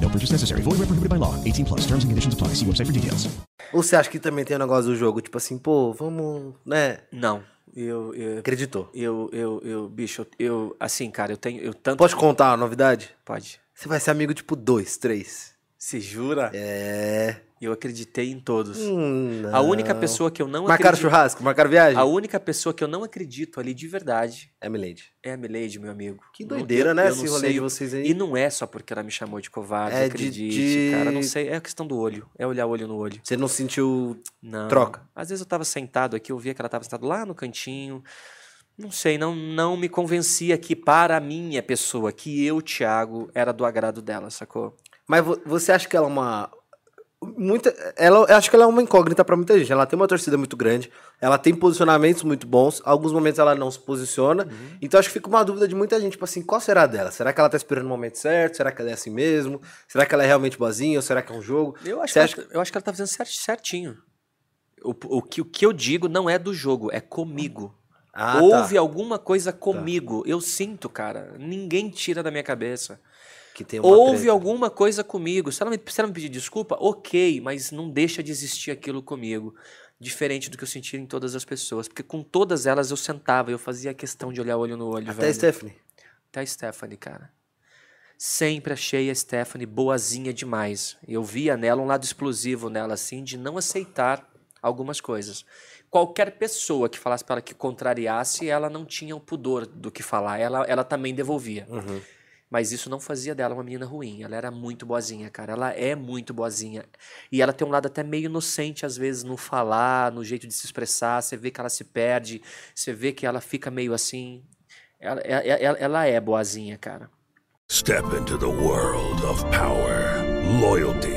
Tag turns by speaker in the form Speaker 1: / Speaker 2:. Speaker 1: No purchase necessary. Void where prohibited by law. 18 plus. Terms and conditions apply. See website for details.
Speaker 2: Ou você acha que também tem um negócio do jogo, tipo assim, pô, vamos, né?
Speaker 3: Não. Eu, eu,
Speaker 2: Acreditou.
Speaker 3: eu, eu, eu, bicho, eu, assim, cara, eu tenho, eu tanto...
Speaker 2: Posso contar a novidade?
Speaker 3: Pode.
Speaker 2: Você vai ser amigo tipo dois, três.
Speaker 3: Se jura?
Speaker 2: É.
Speaker 3: Eu acreditei em todos.
Speaker 2: Hum,
Speaker 3: A única
Speaker 2: não.
Speaker 3: pessoa que eu não
Speaker 2: Marcaram
Speaker 3: acredito...
Speaker 2: churrasco? Marcaram viagem?
Speaker 3: A única pessoa que eu não acredito ali de verdade
Speaker 2: É, Milady.
Speaker 3: é a Milady, meu amigo.
Speaker 2: Que
Speaker 3: Não-
Speaker 2: doideira,
Speaker 3: eu-
Speaker 2: né?
Speaker 3: eu
Speaker 2: Esse
Speaker 3: não
Speaker 2: rolê
Speaker 3: sei
Speaker 2: de
Speaker 3: o-
Speaker 2: vocês aí.
Speaker 3: E não é só porque ela me chamou de covarde,
Speaker 2: É de-
Speaker 3: acredite,
Speaker 2: de-
Speaker 3: cara. Não sei, é questão do olho. É olhar olho no olho.
Speaker 2: Você não sentiu
Speaker 3: Não.
Speaker 2: Troca.
Speaker 3: Às vezes eu tava sentado aqui, eu via que ela tava sentada lá no cantinho. Não sei, não, não me convencia que para a minha pessoa, que eu, Thiago, era do agrado dela, sacou?
Speaker 2: Mas vo- você acha que ela é uma. Muita, ela, eu acho que ela é uma incógnita pra muita gente. Ela tem uma torcida muito grande, ela tem posicionamentos muito bons. Alguns momentos ela não se posiciona.
Speaker 3: Uhum.
Speaker 2: Então acho que fica uma dúvida de muita gente, tipo assim, qual será dela? Será que ela tá esperando o momento certo? Será que ela é assim mesmo? Será que ela é realmente boazinha? Ou será que é um jogo?
Speaker 3: Eu acho,
Speaker 2: Você
Speaker 3: que,
Speaker 2: acha
Speaker 3: ela, eu acho que ela tá fazendo cer- certinho. O, o que, o que eu digo não é do jogo, é comigo.
Speaker 2: Ah,
Speaker 3: Houve
Speaker 2: tá.
Speaker 3: alguma coisa comigo. Eu sinto, cara. Ninguém tira da minha cabeça.
Speaker 2: Que tem uma
Speaker 3: Houve
Speaker 2: treta.
Speaker 3: alguma coisa comigo. Se ela, me, se ela me pedir desculpa, ok, mas não deixa de existir aquilo comigo. Diferente do que eu sentia em todas as pessoas. Porque com todas elas eu sentava e eu fazia questão de olhar olho no olho,
Speaker 2: Até
Speaker 3: velho.
Speaker 2: a Stephanie.
Speaker 3: Até a Stephanie, cara. Sempre achei a Stephanie boazinha demais. Eu via nela um lado explosivo nela, assim, de não aceitar algumas coisas. Qualquer pessoa que falasse para ela que contrariasse, ela não tinha o pudor do que falar. Ela, ela também devolvia. Mas isso não fazia dela uma menina ruim. Ela era muito boazinha, cara. Ela é muito boazinha. E ela tem um lado até meio inocente, às vezes, no falar, no jeito de se expressar. Você vê que ela se perde, você vê que ela fica meio assim. Ela, ela- ela- ela é boazinha, cara.
Speaker 4: Step into the world of power, loyalty,